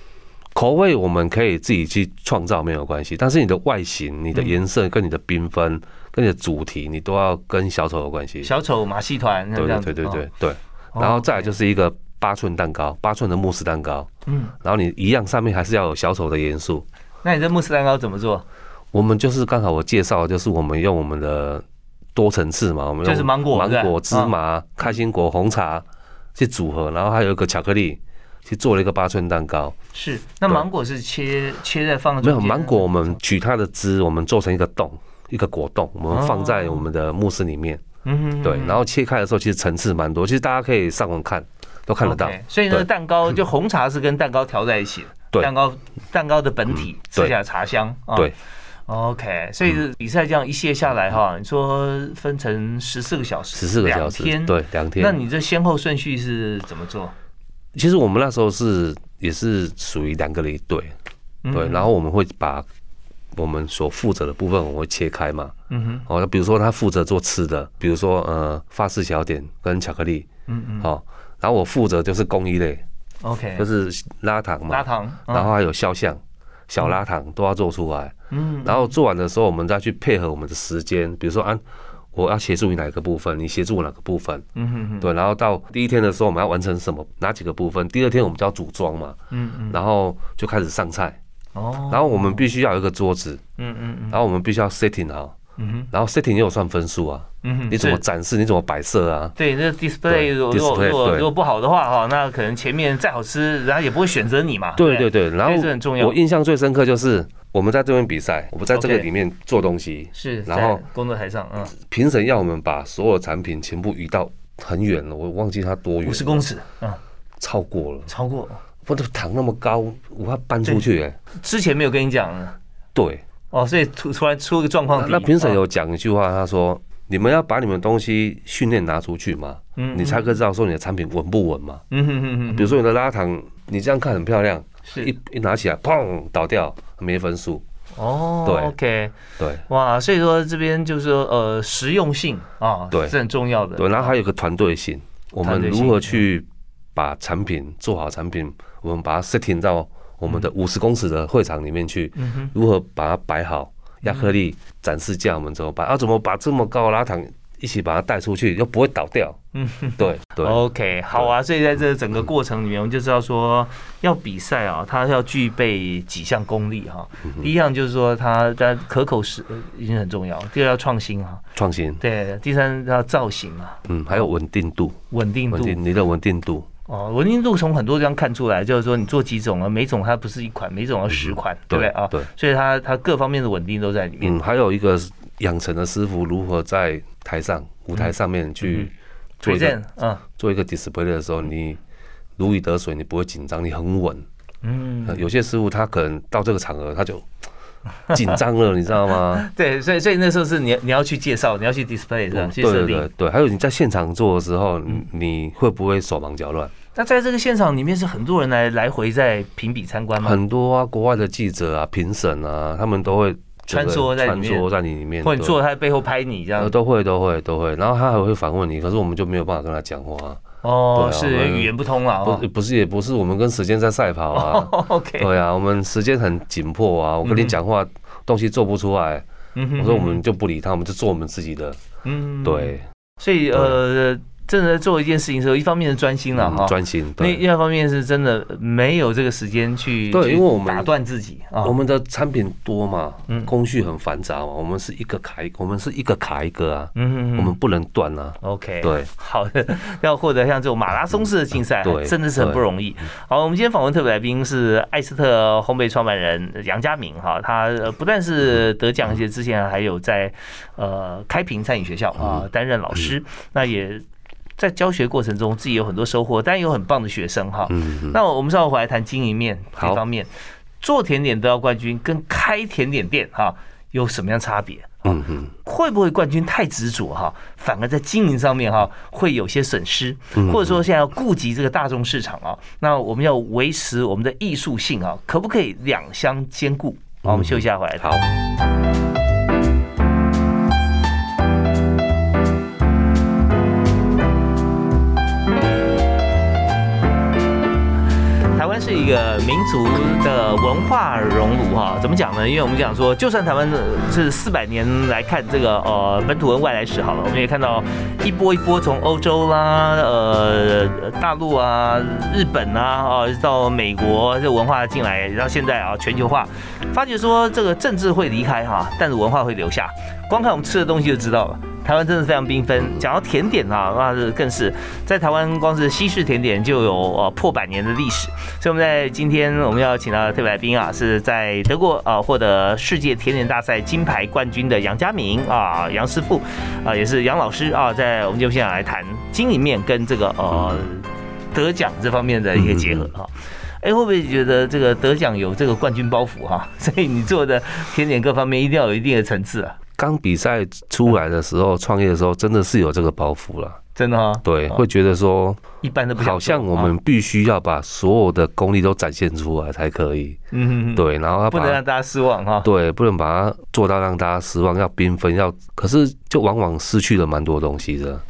Speaker 2: 口味我们可以自己去创造没有关系，但是你的外形、
Speaker 1: 嗯
Speaker 2: 你的颜色、跟你的缤纷、跟你的主题，你都要跟小丑有关系。
Speaker 1: 小丑马戏团那
Speaker 2: 对
Speaker 1: 这
Speaker 2: 对
Speaker 1: 样子
Speaker 2: 对对
Speaker 1: 哦
Speaker 2: 对对。然后再来就是一个八寸蛋糕，八寸的慕斯蛋糕，
Speaker 1: 嗯，
Speaker 2: 然后你一样上面还是要有小丑的元素。
Speaker 1: 那你这慕斯蛋糕怎么做？
Speaker 2: 我们就是刚好我介绍，就是我们用我们的多层次嘛，我们用
Speaker 1: 就是芒果对
Speaker 2: 芒
Speaker 1: 不
Speaker 2: 果、
Speaker 1: 对嗯
Speaker 2: 芝麻、开心果、红茶去组合，然后还有一个巧克力去做了一个八寸蛋糕。
Speaker 1: 是那
Speaker 2: 对
Speaker 1: 芒果是切切在放在
Speaker 2: 没有
Speaker 1: 中间
Speaker 2: 芒果，我们取它的汁，我们做成一个冻，一个果冻，我们放在我们的慕斯里面。
Speaker 1: 哦嗯
Speaker 2: 对，然后切开的时候，其实层次蛮多，其实大家可以上网看，都看得到。
Speaker 1: OK，所以那个
Speaker 2: 对嗯
Speaker 1: 蛋糕就红茶是跟蛋糕调在一起的，
Speaker 2: 对嗯
Speaker 1: 蛋糕蛋糕的本体
Speaker 2: 对
Speaker 1: 吃起来茶香啊。
Speaker 2: 对
Speaker 1: ，OK，所以是比赛这样一卸下来哈，你说分成十四个小时，
Speaker 2: 嗯十四个小时
Speaker 1: 两天，，
Speaker 2: 对，两天。
Speaker 1: 那你这先后顺序是怎么做？
Speaker 2: 其实我们那时候是也是属于两个一队，
Speaker 1: 嗯
Speaker 2: 对，然后我们会把我们所负责的部分我们会切开嘛。
Speaker 1: 嗯哼，
Speaker 2: 哦，那比如说他负责做吃的，比如说呃法式小点跟巧克力，
Speaker 1: 嗯嗯哎
Speaker 2: 好、然后我负责就是工艺类，
Speaker 1: ，OK，
Speaker 2: 就是拉糖嘛，
Speaker 1: 拉糖，嗯
Speaker 2: 然后还有肖像、小拉糖都要做出来。
Speaker 1: 嗯，
Speaker 2: 然后做完的时候，我们再去配合我们的时间，比如说啊，我要协助你哪个部分，你协助我哪个部分，
Speaker 1: 嗯哼哼，
Speaker 2: 对。然后到第一天的时候，我们要完成什么，哪几个部分？第二天我们就要组装嘛，
Speaker 1: 嗯嗯，
Speaker 2: 然后就开始上菜。
Speaker 1: 哦，
Speaker 2: 然后我们必须要有一个桌子，
Speaker 1: 嗯嗯嗯
Speaker 2: 然后我们必须要 setting 好，
Speaker 1: 嗯哼
Speaker 2: 然后 setting 也有算分数啊，
Speaker 1: 嗯哼，
Speaker 2: 你怎么
Speaker 1: 是？
Speaker 2: 展示，你怎么摆设啊？
Speaker 1: 对，那 display
Speaker 2: 对
Speaker 1: 如果如果
Speaker 2: display，
Speaker 1: 如果
Speaker 2: 对
Speaker 1: 如果不好的话哈，那可能前面再好吃，人家也不会选择你嘛。
Speaker 2: 对对
Speaker 1: 不
Speaker 2: 对，然
Speaker 1: 这很重要
Speaker 2: 后我印象最深刻就是我们在这边比赛，我们在这个
Speaker 1: OK
Speaker 2: 里面做东西，
Speaker 1: 是，
Speaker 2: 然后
Speaker 1: 在工作台上，嗯，
Speaker 2: 评审要我们把所有产品全部移到很远了，我忘记它多远，
Speaker 1: 五十公尺，嗯，
Speaker 2: 超过了，
Speaker 1: 超过
Speaker 2: 不是糖那么高，我要搬出去哎、
Speaker 1: 之前没有跟你讲
Speaker 2: 对，
Speaker 1: 哦，所以突突然出个状况
Speaker 2: 那
Speaker 1: 题，
Speaker 2: 那评审
Speaker 1: 哦
Speaker 2: 有讲一句话，他说你们要把你们东西训练拿出去嘛，
Speaker 1: 嗯
Speaker 2: 你才可以知道说你的产品稳不稳嘛。
Speaker 1: 嗯哼哼哼，
Speaker 2: 比如说你的拉糖，你这样看很漂亮，
Speaker 1: 是
Speaker 2: 一一拿起来砰倒掉，没分数。
Speaker 1: 哦，
Speaker 2: 对
Speaker 1: o k
Speaker 2: 对
Speaker 1: 哇，所以说这边就是说呃实用性啊，
Speaker 2: 对
Speaker 1: 是很重要的。
Speaker 2: 对，然后还有一个团队性，我
Speaker 1: 团队
Speaker 2: 们
Speaker 1: 性
Speaker 2: 如何去把产品做好产品，我们把它 setting 到我们的五十公尺的会场里面去，
Speaker 1: 嗯哼，
Speaker 2: 如何把它摆好，亚克力展示架我们怎么摆，啊，怎么把这么高的拉糖一起把它带出去，又不会倒掉。
Speaker 1: 嗯，
Speaker 2: 对对。
Speaker 1: OK，好啊，所以在这整个过程里面，我们就知道说，要比赛啊，它要具备几项功力哈、
Speaker 2: 嗯
Speaker 1: 第一项就是说它，它可口是呃已经很重要；第二要创新啊，
Speaker 2: 创新，
Speaker 1: 对；第三要造型啊，
Speaker 2: 嗯，还有稳定度，
Speaker 1: 稳定
Speaker 2: 稳
Speaker 1: 度啊
Speaker 2: 定你的稳定度，
Speaker 1: 哦，稳定度从很多地方看出来，就是说你做几种啊，每种它不是一款，每种要十款，对不对啊？
Speaker 2: 对，
Speaker 1: 所以它它各方面的稳定都在里面。
Speaker 2: 嗯，还有一个是养成的师傅如何在台上舞台上面去做一个、
Speaker 1: present，嗯
Speaker 2: 做一个 display 的时候，你如鱼得水，你不会紧张，你很稳。
Speaker 1: 嗯，
Speaker 2: 呃有些师傅他可能到这个场合他就紧张了，你知道吗？
Speaker 1: 对，所以所以那时候是你你要去介绍，你要去 display 是吧？
Speaker 2: 嗯
Speaker 1: 去
Speaker 2: 对
Speaker 1: 设
Speaker 2: 对
Speaker 1: 定
Speaker 2: 对。对，还有你在现场做的时候，你你会不会手忙脚乱？
Speaker 1: 那在这个现场里面是很多人来来回在评比参观吗？
Speaker 2: 很多啊，国外的记者啊、评审啊，他们都会整个
Speaker 1: 穿梭在里
Speaker 2: 穿
Speaker 1: 面
Speaker 2: 梭在你里面，
Speaker 1: 或者
Speaker 2: 对
Speaker 1: 你坐在他背后拍你这样
Speaker 2: 呃，
Speaker 1: 子？
Speaker 2: 都会都会都会，然后他还会反问你，可是我们就没有办法跟他讲话，
Speaker 1: 哦，
Speaker 2: 对啊
Speaker 1: 是
Speaker 2: 我们
Speaker 1: 语言不通了
Speaker 2: 不
Speaker 1: 哦。
Speaker 2: 不是也不是我们跟时间在 赛跑啊，
Speaker 1: 哦 OK，
Speaker 2: 对啊，我们时间很紧迫啊，我跟
Speaker 1: 嗯
Speaker 2: 你
Speaker 1: 哼
Speaker 2: 讲话东西做不出来，
Speaker 1: 嗯哼
Speaker 2: 我说我们就不理他，我们就做我们自己的，
Speaker 1: 嗯，
Speaker 2: 对，
Speaker 1: 所以
Speaker 2: 对
Speaker 1: 呃，真的在做一件事情的时候，一方面是专心了
Speaker 2: 嗯
Speaker 1: 哈，
Speaker 2: 专心，
Speaker 1: 另
Speaker 2: 对，
Speaker 1: 另外一方面是真的没有这个时间去
Speaker 2: 对
Speaker 1: 去
Speaker 2: 因为我们
Speaker 1: 打断自己啊
Speaker 2: 我，们的产品多嘛
Speaker 1: 嗯，
Speaker 2: 工序很繁杂嘛，我们是一个卡一，我们是一个卡一个啊，
Speaker 1: 嗯
Speaker 2: 我们不能断啊，
Speaker 1: OK，
Speaker 2: 对，
Speaker 1: 好的，要获得像这种马拉松式的竞赛，
Speaker 2: 对
Speaker 1: 真的是很不容易。好，我们今天访问特别来宾是艾斯特烘焙创办人杨家明哈，他呃不但是得奖，而且之前还有在呃开平餐饮学校啊
Speaker 2: 嗯
Speaker 1: 担任老师，那也。在教学过程中，自己有很多收获，但也有很棒的学生哈。
Speaker 2: 嗯，
Speaker 1: 那我们稍后回来谈经营面这
Speaker 2: 好
Speaker 1: 方面，做甜点得到冠军跟开甜点店哈有什么样差别？
Speaker 2: 嗯嗯，
Speaker 1: 会不会冠军太执着哈，反而在经营上面哈会有些损失，
Speaker 2: 嗯
Speaker 1: 或者说现在要顾及这个大众市场啊，那我们要维持我们的艺术性啊，可不可以两相兼顾？好，我们休息一下回来谈。
Speaker 2: 好，
Speaker 1: 台湾是一个民族的文化熔炉哈，怎么讲呢？因为我们讲说，就算台湾呃是四百年来看这个呃本土文外来史好了，我们也看到一波一波从欧洲啦、呃大陆啊、日本啊，哦、一直到美国这文化进来，到现在啊全球化，发觉说这个政治会离开哈、但是文化会留下。光看我们吃的东西就知道了。台湾真的非常缤纷，讲到甜点啊，那是更是在台湾光是西式甜点就有呃破百年的历史。所以我们在今天我们要请到的特别来宾啊，是在德国啊获得世界甜点大赛金牌冠军的杨家明啊，杨师傅啊，也是杨老师啊，在我们节目现场来谈经营面跟这个呃得奖这方面的一个结合
Speaker 2: 嗯
Speaker 1: 啊。哎，会不会觉得这个得奖有这个冠军包袱哈、 所以你做的甜点各方面一定要有一定的层次啊，
Speaker 2: 刚比赛出来的时候，创业的时候，真的是有这个包袱了，
Speaker 1: 真的哈、
Speaker 2: 对，
Speaker 1: 哦
Speaker 2: 会觉得说。
Speaker 1: 一般都不想
Speaker 2: 好像
Speaker 1: 做
Speaker 2: 我们，必须要把所有的功力都展现出来才可以，
Speaker 1: 嗯，嗯，嗯
Speaker 2: 对，然后要
Speaker 1: 不
Speaker 2: 把
Speaker 1: 能让
Speaker 2: 它
Speaker 1: 大家失望哈、
Speaker 2: 对，不能把它做到让大家失望，要缤纷，要可是就往往失去了蛮多东西的。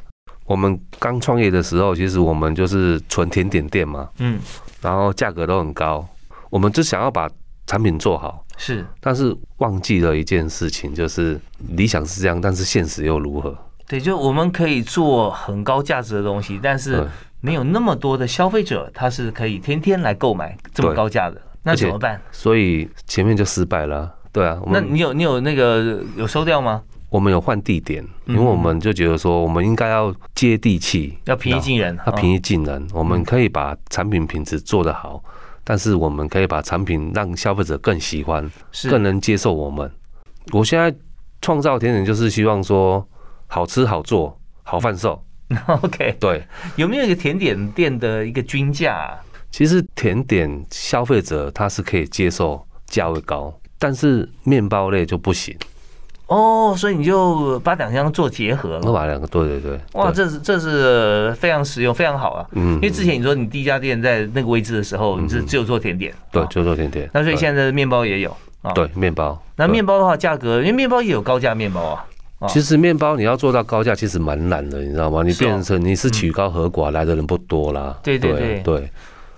Speaker 2: 我们刚创业的时候，其实我们就是纯甜点店嘛，
Speaker 1: 嗯，
Speaker 2: 然后价格都很高，我们就想要把产品做好，
Speaker 1: 是
Speaker 2: 但是忘记了一件事情，就是理想是这样，但是现实又如何？
Speaker 1: 对，就我们可以做很高价值的东西，但是
Speaker 2: 对
Speaker 1: 没有那么多的消费者，他是可以天天来购买这么
Speaker 2: 对
Speaker 1: 高价的，那
Speaker 2: 而且
Speaker 1: 怎么办？
Speaker 2: 所以前面就失败了啊。对啊，我
Speaker 1: 那
Speaker 2: 们
Speaker 1: 你有你有那个有收掉吗？
Speaker 2: 我们有换地点，
Speaker 1: 嗯
Speaker 2: 因为我们就觉得说，我们应该要接地气，
Speaker 1: 要平易近人，哦
Speaker 2: 要平
Speaker 1: 易，
Speaker 2: 易近人。
Speaker 1: 嗯
Speaker 2: 我们可以把产品品质做得好，但是我们可以把产品让消费者更喜欢，
Speaker 1: 是
Speaker 2: 更能接受我们。我现在创造甜点就是希望说，好吃、好做、好贩售。
Speaker 1: OK。
Speaker 2: 对，
Speaker 1: 有没有一个甜点店的一个均价啊？
Speaker 2: 其实甜点消费者他是可以接受价位高，但是面包类就不行。
Speaker 1: 哦，所以你就把两项做结合
Speaker 2: 我
Speaker 1: 了。
Speaker 2: 把两个，对对对，
Speaker 1: 哇，
Speaker 2: 对
Speaker 1: 这是这是非常实用，非常好啊！
Speaker 2: 嗯
Speaker 1: 因为之前你说你第一家店在那个位置的时候，你是只有做甜点，
Speaker 2: 对
Speaker 1: 啊
Speaker 2: 就做甜点，
Speaker 1: 那所以
Speaker 2: 对
Speaker 1: 现在的面包也有啊。，
Speaker 2: 对面包，
Speaker 1: 那
Speaker 2: 对
Speaker 1: 面包的话，价格因为面包也有高价面包啊。
Speaker 2: 其实面包你要做到高价，其实蛮难的，你知道吗？你
Speaker 1: 是哦
Speaker 2: 变成你是曲高和寡，来的人不多啦。
Speaker 1: 对对对
Speaker 2: 对，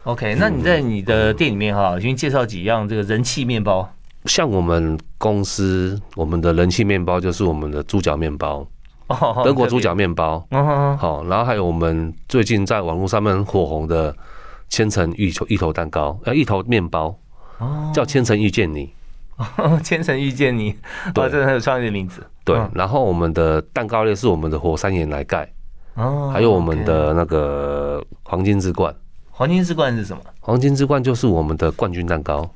Speaker 1: OK，那你在你的店里面哈，已经介绍几样这个人气面包
Speaker 2: 像我们公司，我们的人气面包就是我们的猪脚面包，
Speaker 1: 哦，
Speaker 2: 德国猪
Speaker 1: 特别，
Speaker 2: 脚面包。
Speaker 1: 嗯哼哼
Speaker 2: 好，然后还有我们最近在网络上面火红的千层芋球芋头蛋糕，呃，芋头面包
Speaker 1: 哦，
Speaker 2: 叫千层遇见你。
Speaker 1: 千层遇见你，
Speaker 2: 对
Speaker 1: 哦，真的很有创意的名字
Speaker 2: 对
Speaker 1: 嗯，
Speaker 2: 然后我们的蛋糕类是我们的火山岩来盖，
Speaker 1: 哦。
Speaker 2: 还有我们
Speaker 1: OK
Speaker 2: 的那个黄金之冠。
Speaker 1: 黄金之冠是什么？
Speaker 2: 黄金之冠就是我们的冠军蛋糕，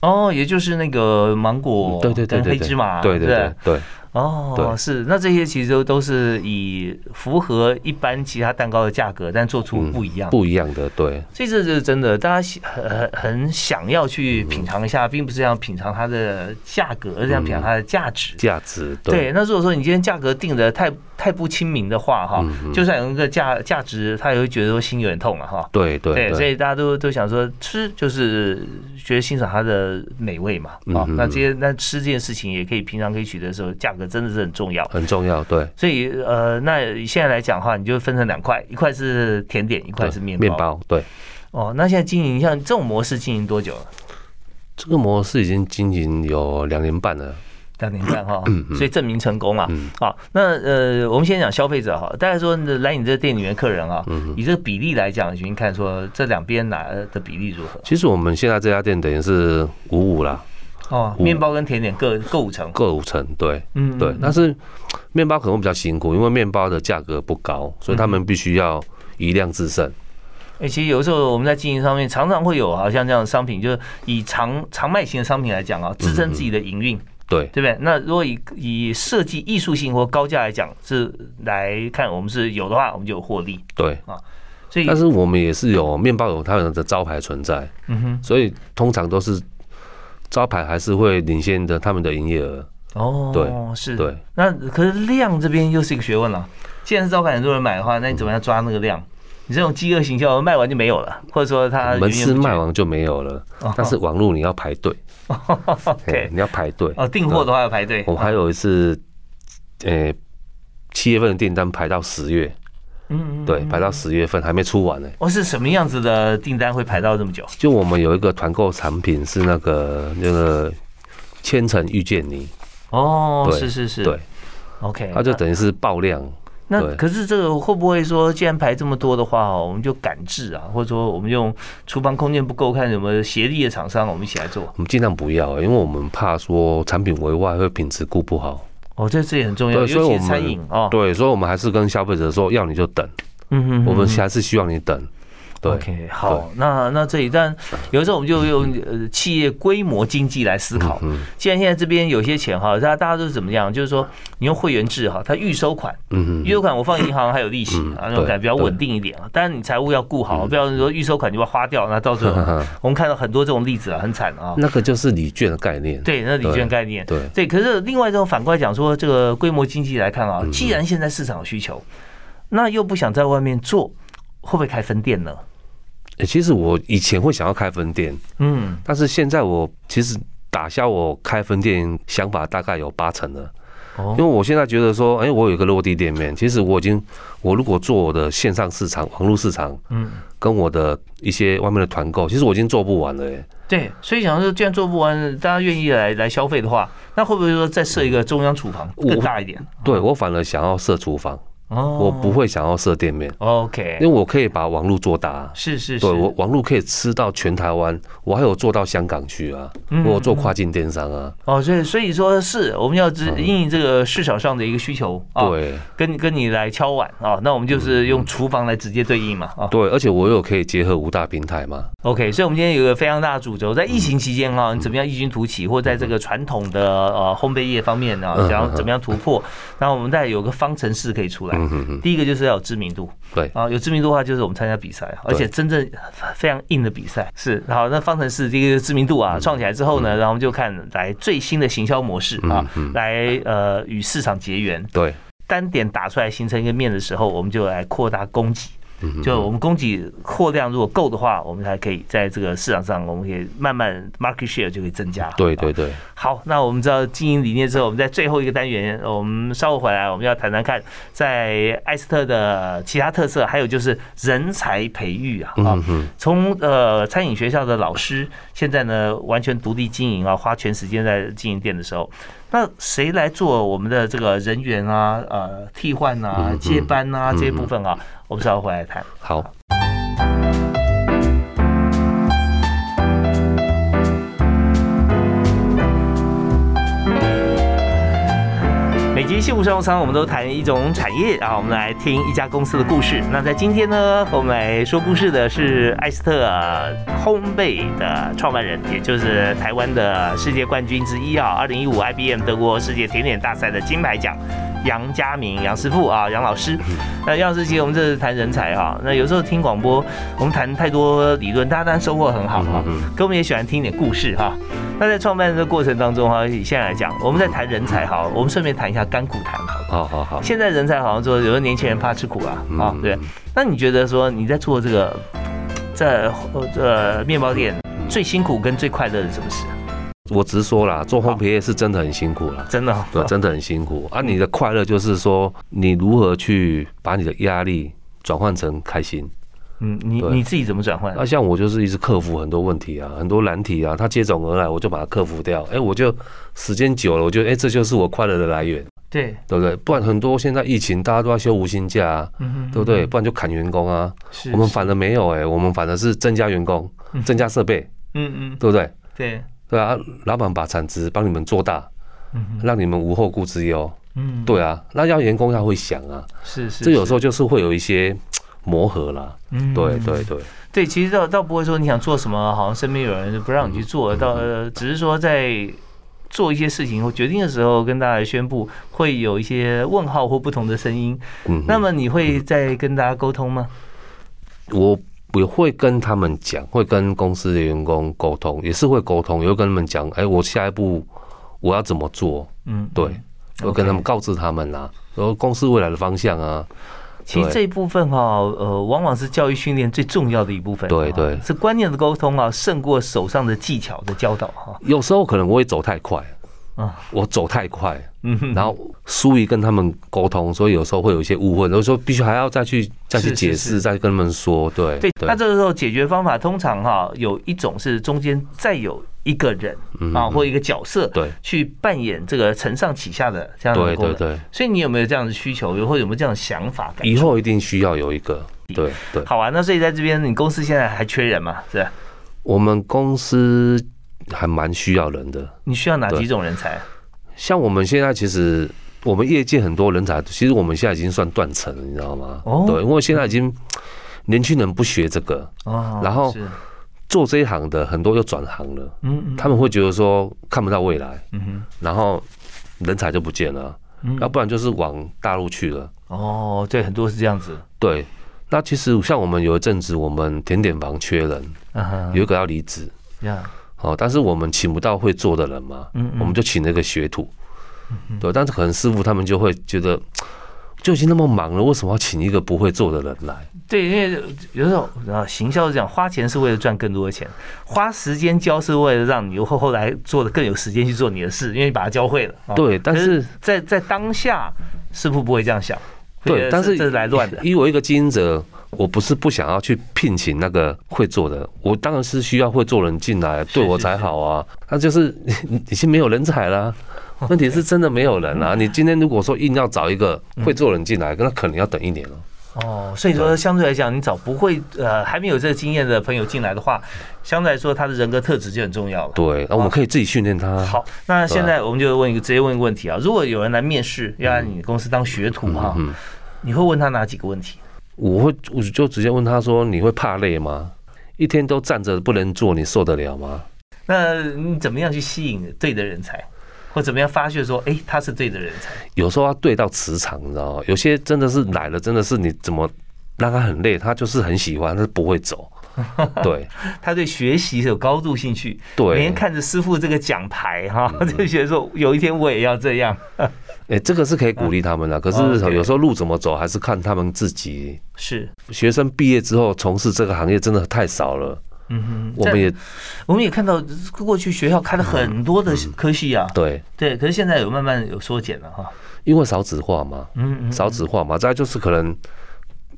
Speaker 1: 哦，也就是那个芒果，
Speaker 2: 对对对对对，
Speaker 1: 哦黑芝麻，
Speaker 2: 对
Speaker 1: 不
Speaker 2: 对对对，
Speaker 1: 哦，
Speaker 2: 对
Speaker 1: 是，那这些其实都都是以符合一般其他蛋糕的价格，但做出
Speaker 2: 嗯
Speaker 1: 不一样。
Speaker 2: 不一样的，对
Speaker 1: 所以这就是真的，大家喜很很很想要去品尝一下，并不是要品尝它的价格，而是要品尝它的价值。
Speaker 2: 价值，对
Speaker 1: 对，那如果说你今天价格定的太太不亲民的话，哈
Speaker 2: 嗯，嗯
Speaker 1: 就算有一个价价值，他也会觉得说心有点痛了，哈。
Speaker 2: 对对
Speaker 1: 对，所
Speaker 2: 对，
Speaker 1: 以大家都都想说吃就是觉得欣赏它的美味嘛
Speaker 2: 嗯
Speaker 1: 啊、
Speaker 2: 嗯
Speaker 1: 那
Speaker 2: 嗯
Speaker 1: 这些那吃这件事情也可以平常可以取得的时候，价格真的是很重要。
Speaker 2: 很重要，对，
Speaker 1: 所以呃，那现在来讲的话，你就分成两块，一块是甜点，一块是
Speaker 2: 对
Speaker 1: 面包。
Speaker 2: 面包，对，
Speaker 1: 哦，那现在经营像这种模式经营多久了？
Speaker 2: 这个模式已经经营有两年半了，
Speaker 1: 两年半哈，
Speaker 2: 嗯
Speaker 1: 所以证明成功了。啊好，那呃，我们先讲消费者哈，大概说呃来你这店里面的客人啊，
Speaker 2: 嗯
Speaker 1: 以这个比例来讲，已经看说这两边哪的比例如何？
Speaker 2: 其实我们现在这家店等于是五五啦，
Speaker 1: 哦，
Speaker 2: 五
Speaker 1: 面包跟甜点各各五成。
Speaker 2: 各五成，对
Speaker 1: 嗯，
Speaker 2: 对，但是面包可能会比较辛苦，因为面包的价格不高，所以他们必须要以量制胜，
Speaker 1: 哎、其实有时候我们在经营上面常常会有好像这样的商品，就是以常常卖型的商品来讲
Speaker 2: 嗯
Speaker 1: 啊，支撑自己的营运，
Speaker 2: 对
Speaker 1: 对不对？那如果以以设计艺术性或高价来讲，是来看我们是有的话，我们就有获利。
Speaker 2: 对。
Speaker 1: 所以
Speaker 2: 但，是我们也是有面包有它的招牌存在，
Speaker 1: 嗯哼，
Speaker 2: 所以通常都是招牌还是会领先的他们的营业额。
Speaker 1: 哦，
Speaker 2: 对
Speaker 1: 是，
Speaker 2: 对，
Speaker 1: 那可是量这边又是一个学问了。既然是招牌很多人买的话，那你怎么样抓那个量？你这种饥饿行销卖完就没有了，或者说它
Speaker 2: 啊门
Speaker 1: 源源
Speaker 2: 市
Speaker 1: 不绝
Speaker 2: 卖，完就没有了，
Speaker 1: 哦
Speaker 2: 但是网络你要排队，嘿
Speaker 1: OK，
Speaker 2: 你要排队。
Speaker 1: 哦，订货的话要排队。
Speaker 2: 我还有一次，呃，七月份的订单排到十月，
Speaker 1: 嗯，嗯，
Speaker 2: 对，排到十月份还没出完呢。
Speaker 1: 我、哦、是什么样子的订单会排到这么久？
Speaker 2: 就我们有一个团购产品是那个那个千层遇见你，
Speaker 1: 哦，
Speaker 2: 对
Speaker 1: 是是是，哎
Speaker 2: 对，
Speaker 1: ，OK，
Speaker 2: 它就等于是爆量，
Speaker 1: 那那
Speaker 2: 对
Speaker 1: 可是这个会不会说，既然排这么多的话，哦，我们就赶制啊，或者说我们用厨房空间不够，看有没有协力的厂商，我们一起来做。
Speaker 2: 我们尽量不要，因为我们怕说产品为外会品质顾不好。
Speaker 1: 哦，这这也很重要，
Speaker 2: 对所以
Speaker 1: 尤其
Speaker 2: 我
Speaker 1: 是
Speaker 2: 们
Speaker 1: 餐饮哦。
Speaker 2: 对，所以我们还是跟消费者说，要你就等，
Speaker 1: 嗯哼
Speaker 2: 我们还是希望你等。对
Speaker 1: OK，好，那那这里，但有时候我们就用呃企业规模经济来思考。
Speaker 2: 嗯
Speaker 1: 既然现在这边有些钱哈，大家大家都是怎么样？就是说，你用会员制哈，它预收款，
Speaker 2: 嗯
Speaker 1: 预收款我放银行还有利息
Speaker 2: 嗯
Speaker 1: 啊，那种感觉比较
Speaker 2: 对嗯
Speaker 1: 稳定一点啊。当然你财务要顾好，不要说预收款就把它花掉，那到时候 我们看到很多这种例子啊，很惨啊。
Speaker 2: 那个就是礼券的概念。
Speaker 1: 对，那礼券概念。
Speaker 2: 嗯对
Speaker 1: 对，可是另外一种反过来讲说，这个规模经济来看
Speaker 2: 嗯
Speaker 1: 啊，既然现在市场有需求，那又不想在外面做，会不会开分店呢？
Speaker 2: 诶其实我以前会想要开分店，
Speaker 1: 嗯，
Speaker 2: 但是现在我其实打消我开分店想法大概有八成了，
Speaker 1: 哦
Speaker 2: 因为我现在觉得说，哎，我有一个落地店面，其实我已经，我如果做我的线上市场、网络市场，
Speaker 1: 嗯，
Speaker 2: 跟我的一些外面的团购，其实我已经做不完了。诶
Speaker 1: 对，所以想说，既然做不完，大家愿意来来消费的话，那会不会说再设一个中央厨房
Speaker 2: 我
Speaker 1: 更大一点？
Speaker 2: 对我反而想要设厨房，
Speaker 1: 哦
Speaker 2: 我不会想要设店面，因为
Speaker 1: OK，
Speaker 2: 我可以把网络做大。啊
Speaker 1: 是是是，
Speaker 2: 对我网络可以吃到全台湾，我还有做到香港去啊，
Speaker 1: 嗯
Speaker 2: 我有做跨境电商啊，
Speaker 1: 哦，所以所以说是我们要知应这个市场上的一个需求啊，，
Speaker 2: 嗯对嗯
Speaker 1: 跟跟你来敲碗啊，那我们就是用厨房来直接对应嘛啊。
Speaker 2: 对，而且我又可以结合五大平台嘛，
Speaker 1: OK，所以我们今天有一个非常大的主轴，在疫情期间
Speaker 2: 嗯
Speaker 1: 啊，你怎么样异军突起，或在这个传统的呃烘焙业方面呢、啊，
Speaker 2: 嗯
Speaker 1: 想要
Speaker 2: 嗯嗯
Speaker 1: 怎么样突破？然后我们再有个方程式可以出来。嗯嗯嗯。第一个就是要有知名度，
Speaker 2: 对
Speaker 1: 啊，有知名度的话就是我们参加比赛，而且真正非常硬的比赛是。好，那方程式这个知名度啊，创起来之后呢，然后我们就看来最新的行销模式啊，来呃与市场结缘。
Speaker 2: 对，
Speaker 1: 单点打出来形成一个面的时候，我们就来扩大供给。就我们供给货量如果够的话，我们才可以在这个市场上，我们可以慢慢 market share 就可以增加。
Speaker 2: 对对对，
Speaker 1: 好，那我们知道经营理念之后，我们在最后一个单元，我们稍后回来，我们要谈谈看在艾斯特的其他特色，还有就是人才培育啊啊
Speaker 2: 嗯，哼，
Speaker 1: 从呃餐饮学校的老师，现在呢完全独立经营啊，花全时间在经营店的时候，那谁来做我们的这个人员啊、呃替换
Speaker 2: 嗯
Speaker 1: 啊、接班啊这些部分啊？我们稍后回来谈。
Speaker 2: 好，
Speaker 1: 每集幸福商务舱，我们都谈一种产业啊，我们来听一家公司的故事。那在今天呢，和我们来说故事的是艾斯特烘焙的创办人，也就是台湾的世界冠军之一啊，二零一五 IBM 德国世界甜点大赛的金牌奖。杨家明，杨师傅啊，杨老师。
Speaker 2: 嗯
Speaker 1: 那杨老师，其实我们这是谈人才哈、那有时候听广播，我们谈太多理论，大家当然收获很好哈、
Speaker 2: 嗯嗯
Speaker 1: 可我们也喜欢听点故事哈。那在创办的过程当中哈，以现在来讲，我们在谈人才哈，我们顺便谈一下甘苦谈好了。
Speaker 2: 好好好，
Speaker 1: 现在人才好像说，有的年轻人怕吃苦啊，
Speaker 2: 嗯
Speaker 1: 啊、对。那你觉得说你在做这个在呃面包店最辛苦跟最快乐的是什么事？
Speaker 2: 我直
Speaker 1: 嗯
Speaker 2: 说啦，做烘焙业是真的很辛苦啦。
Speaker 1: 真的、哦，
Speaker 2: 对，真的很辛苦
Speaker 1: 嗯
Speaker 2: 啊！你的快乐就是说，你如何去把你的压力转换成开心。
Speaker 1: 嗯，你
Speaker 2: 对
Speaker 1: 你自己怎么转换
Speaker 2: 那？像我就是一直克服很多问题啊，很多难题啊，它接踵而来，我就把它克服掉。哎、我就时间久了，我觉得哎、这就是我快乐的来源，
Speaker 1: 对，
Speaker 2: 对不对？不然很多现在疫情，大家都要休无薪假啊，
Speaker 1: 嗯哼，
Speaker 2: 对不对？不然就砍员工啊。
Speaker 1: 是
Speaker 2: 我们
Speaker 1: 是
Speaker 2: 反而没有哎、我们反而是增加员工
Speaker 1: 嗯，
Speaker 2: 增加设备，
Speaker 1: 嗯嗯，
Speaker 2: 对不对？
Speaker 1: 对，
Speaker 2: 对啊，老板把产值帮你们做大，
Speaker 1: 嗯哼
Speaker 2: 让你们无后顾之忧。
Speaker 1: 嗯，
Speaker 2: 对啊，那要员工要会想啊，
Speaker 1: 是是，
Speaker 2: 这有
Speaker 1: 是
Speaker 2: 时候就是会有一些磨合啦。
Speaker 1: 嗯
Speaker 2: 对对对，
Speaker 1: 对，其实倒倒不会说你想做什么，好像身边有人就不让你去
Speaker 2: 嗯
Speaker 1: 做，到、呃、只是说在做一些事情或决定的时候，跟大家来宣布会有一些问号或不同的声音。
Speaker 2: 嗯，
Speaker 1: 那么你会再跟大家沟通吗？
Speaker 2: 我也会跟他们讲，会跟公司的员工沟通，也是会沟通，也会跟他们讲，哎，我下一步我要怎么做？
Speaker 1: 嗯，
Speaker 2: 对，
Speaker 1: OK
Speaker 2: 我跟他们告知他们啦、然后公司未来的方向啊，
Speaker 1: 其实
Speaker 2: 对
Speaker 1: 这一部分哈、呃，往往是教育训练最重要的一部分、
Speaker 2: 对
Speaker 1: 啊
Speaker 2: 对
Speaker 1: 是观念的沟通啊，胜过手上的技巧的教导哈、
Speaker 2: 有时候可能我会走太快，
Speaker 1: 啊
Speaker 2: 我走太快，
Speaker 1: 嗯哼，
Speaker 2: 然后疏于跟他们沟通，所以有时候会有一些误会，有时候必须还要再去再去
Speaker 1: 是是
Speaker 2: 解
Speaker 1: 是
Speaker 2: 释，再跟他们说，对
Speaker 1: 对，那这个时候解决方法通常哈、有一种是中间再有一个人
Speaker 2: 嗯
Speaker 1: 啊，或一个角色，
Speaker 2: 对
Speaker 1: 去扮演这个承上启下的这样的
Speaker 2: 对
Speaker 1: 功
Speaker 2: 对
Speaker 1: 能。
Speaker 2: 对，
Speaker 1: 所以你有没有这样的需求，或者有没有这样的想法？感
Speaker 2: 以
Speaker 1: 觉
Speaker 2: 后一定需要有一个，对对。
Speaker 1: 好啊，那所以在这边，你公司现在还缺人嘛？是吧
Speaker 2: 我们公司还蛮需要人的，
Speaker 1: 你需要哪
Speaker 2: 对
Speaker 1: 几种人才？
Speaker 2: 像我们现在其实我们业界很多人才，其实我们现在已经算断层了，你知道吗？
Speaker 1: 哦
Speaker 2: 对，因为现在已经年轻人不学这个，
Speaker 1: 哦
Speaker 2: 然后
Speaker 1: 是
Speaker 2: 做这一行的很多又转行了，
Speaker 1: 嗯嗯
Speaker 2: 他们会觉得说看不到未来，
Speaker 1: 嗯哼
Speaker 2: 然后人才就不见了，
Speaker 1: 嗯
Speaker 2: 要不然就是往大陆去了。
Speaker 1: 哦，对，很多是这样子。
Speaker 2: 对，那其实像我们有一阵子，我们甜点房缺人，
Speaker 1: 啊哈，
Speaker 2: 有一个要离职，
Speaker 1: 这样，
Speaker 2: 哦，但是我们请不到会做的人嘛，
Speaker 1: 嗯嗯
Speaker 2: 我们就请了一个学徒，对，但是可能师傅他们就会觉得，就已经那么忙了，为什么要请一个不会做的人来？
Speaker 1: 对，因为有时候啊，行销是这样，花钱是为了赚更多的钱，花时间教是为了让你后后来做的更有时间去做你的事，因为你把它教会了。啊
Speaker 2: 对但
Speaker 1: 可
Speaker 2: 是
Speaker 1: 在在当下，师傅不会这样想。
Speaker 2: 对，但是
Speaker 1: 这是来乱的。
Speaker 2: 以我一个经营者，我不是不想要去聘请那个会做的，我当然是需要会做人进来，对我才好啊。那就是 你你已经没有人才啦、 问题是真的没有人啊！你今天如果说硬要找一个会做人进来，那可能要等一年了。
Speaker 1: 哦，所以说相对来讲，你找不会呃还没有这个经验的朋友进来的话，相对来说他的人格特质就很重要了。
Speaker 2: 对，那我们可以自己训练他。
Speaker 1: 好，那现在我们就问一个直接问一个问题啊，如果有人来面试，要来你公司当学徒哈、
Speaker 2: 嗯
Speaker 1: 你会问他哪几个问题？
Speaker 2: 我会我就直接问他说：“你会怕累吗？一天都站着不能坐，你受得了吗
Speaker 1: 那你怎么样去吸引对的人才？？”或怎么样发现说，哎、他是对的人才。
Speaker 2: 有时候要对到磁场，你知道吗？有些真的是来了，真的是你怎么让他很累，他就是很喜欢，他不 会走。对
Speaker 1: 他对学习有高度兴趣，
Speaker 2: 对嗯
Speaker 1: 连看着师傅这个奖牌哈，就觉得说有一天我也要这样。
Speaker 2: 哎、这个是可以鼓励他们的，可是
Speaker 1: 哦 OK
Speaker 2: 有时候路怎么走，还是看他们自己。
Speaker 1: 是，
Speaker 2: 学生毕业之后从事这个行业真的太少了，
Speaker 1: 嗯哼，
Speaker 2: 我们也
Speaker 1: 我们也看到过去学校开了很多的
Speaker 2: 嗯
Speaker 1: 科系啊，
Speaker 2: 对，
Speaker 1: 对，可是现在有慢慢有缩减了哈。
Speaker 2: 因为少子化嘛，
Speaker 1: 嗯嗯，
Speaker 2: 少子化嘛，再来就是可能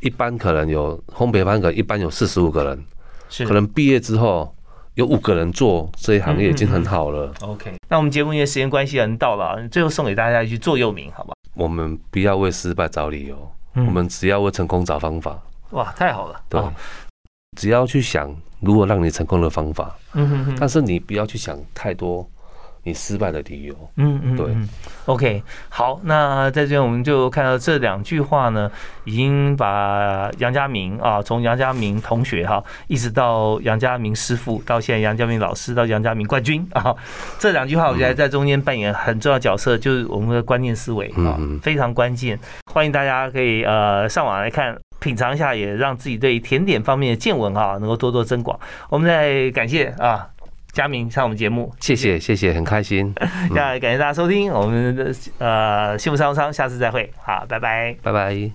Speaker 2: 一班可能有烘焙班，可能一班有四十五个人，
Speaker 1: 是
Speaker 2: 可能毕业之后有五个人做这一行业已
Speaker 1: 嗯
Speaker 2: 经很好了。
Speaker 1: OK。那我们节目因为时间关系啊，到了啊，最后送给大家一句座右铭，好吧？
Speaker 2: 我们不要为失败找理由，
Speaker 1: 嗯
Speaker 2: 我们只要为成功找方法，
Speaker 1: 哇，太好了，
Speaker 2: 对吧？
Speaker 1: 哦
Speaker 2: 只要去想如何让你成功的方法，
Speaker 1: 嗯哼哼
Speaker 2: 但是你不要去想太多你失败的理由。
Speaker 1: 嗯嗯，
Speaker 2: 对
Speaker 1: 嗯，OK，好，那在这边我们就看到这两句话呢，已经把杨家明啊，从杨家明同学哈、一直到杨家明师傅，到现在杨家明老师，到杨家明冠军啊，这两句话我觉得在中间扮演很重要角色，就是我们的观念思维啊
Speaker 2: 嗯嗯，
Speaker 1: 非常关键。欢迎大家可以呃上网来看。品尝一下，也让自己对甜点方面的见闻啊，能够多多增广。我们再感谢啊，佳明上我们节目，
Speaker 2: 谢谢，谢谢，很 开心，
Speaker 1: 那感谢大家收听，我们的呃幸福商务舱，下次再会，好，拜拜。
Speaker 2: 拜拜。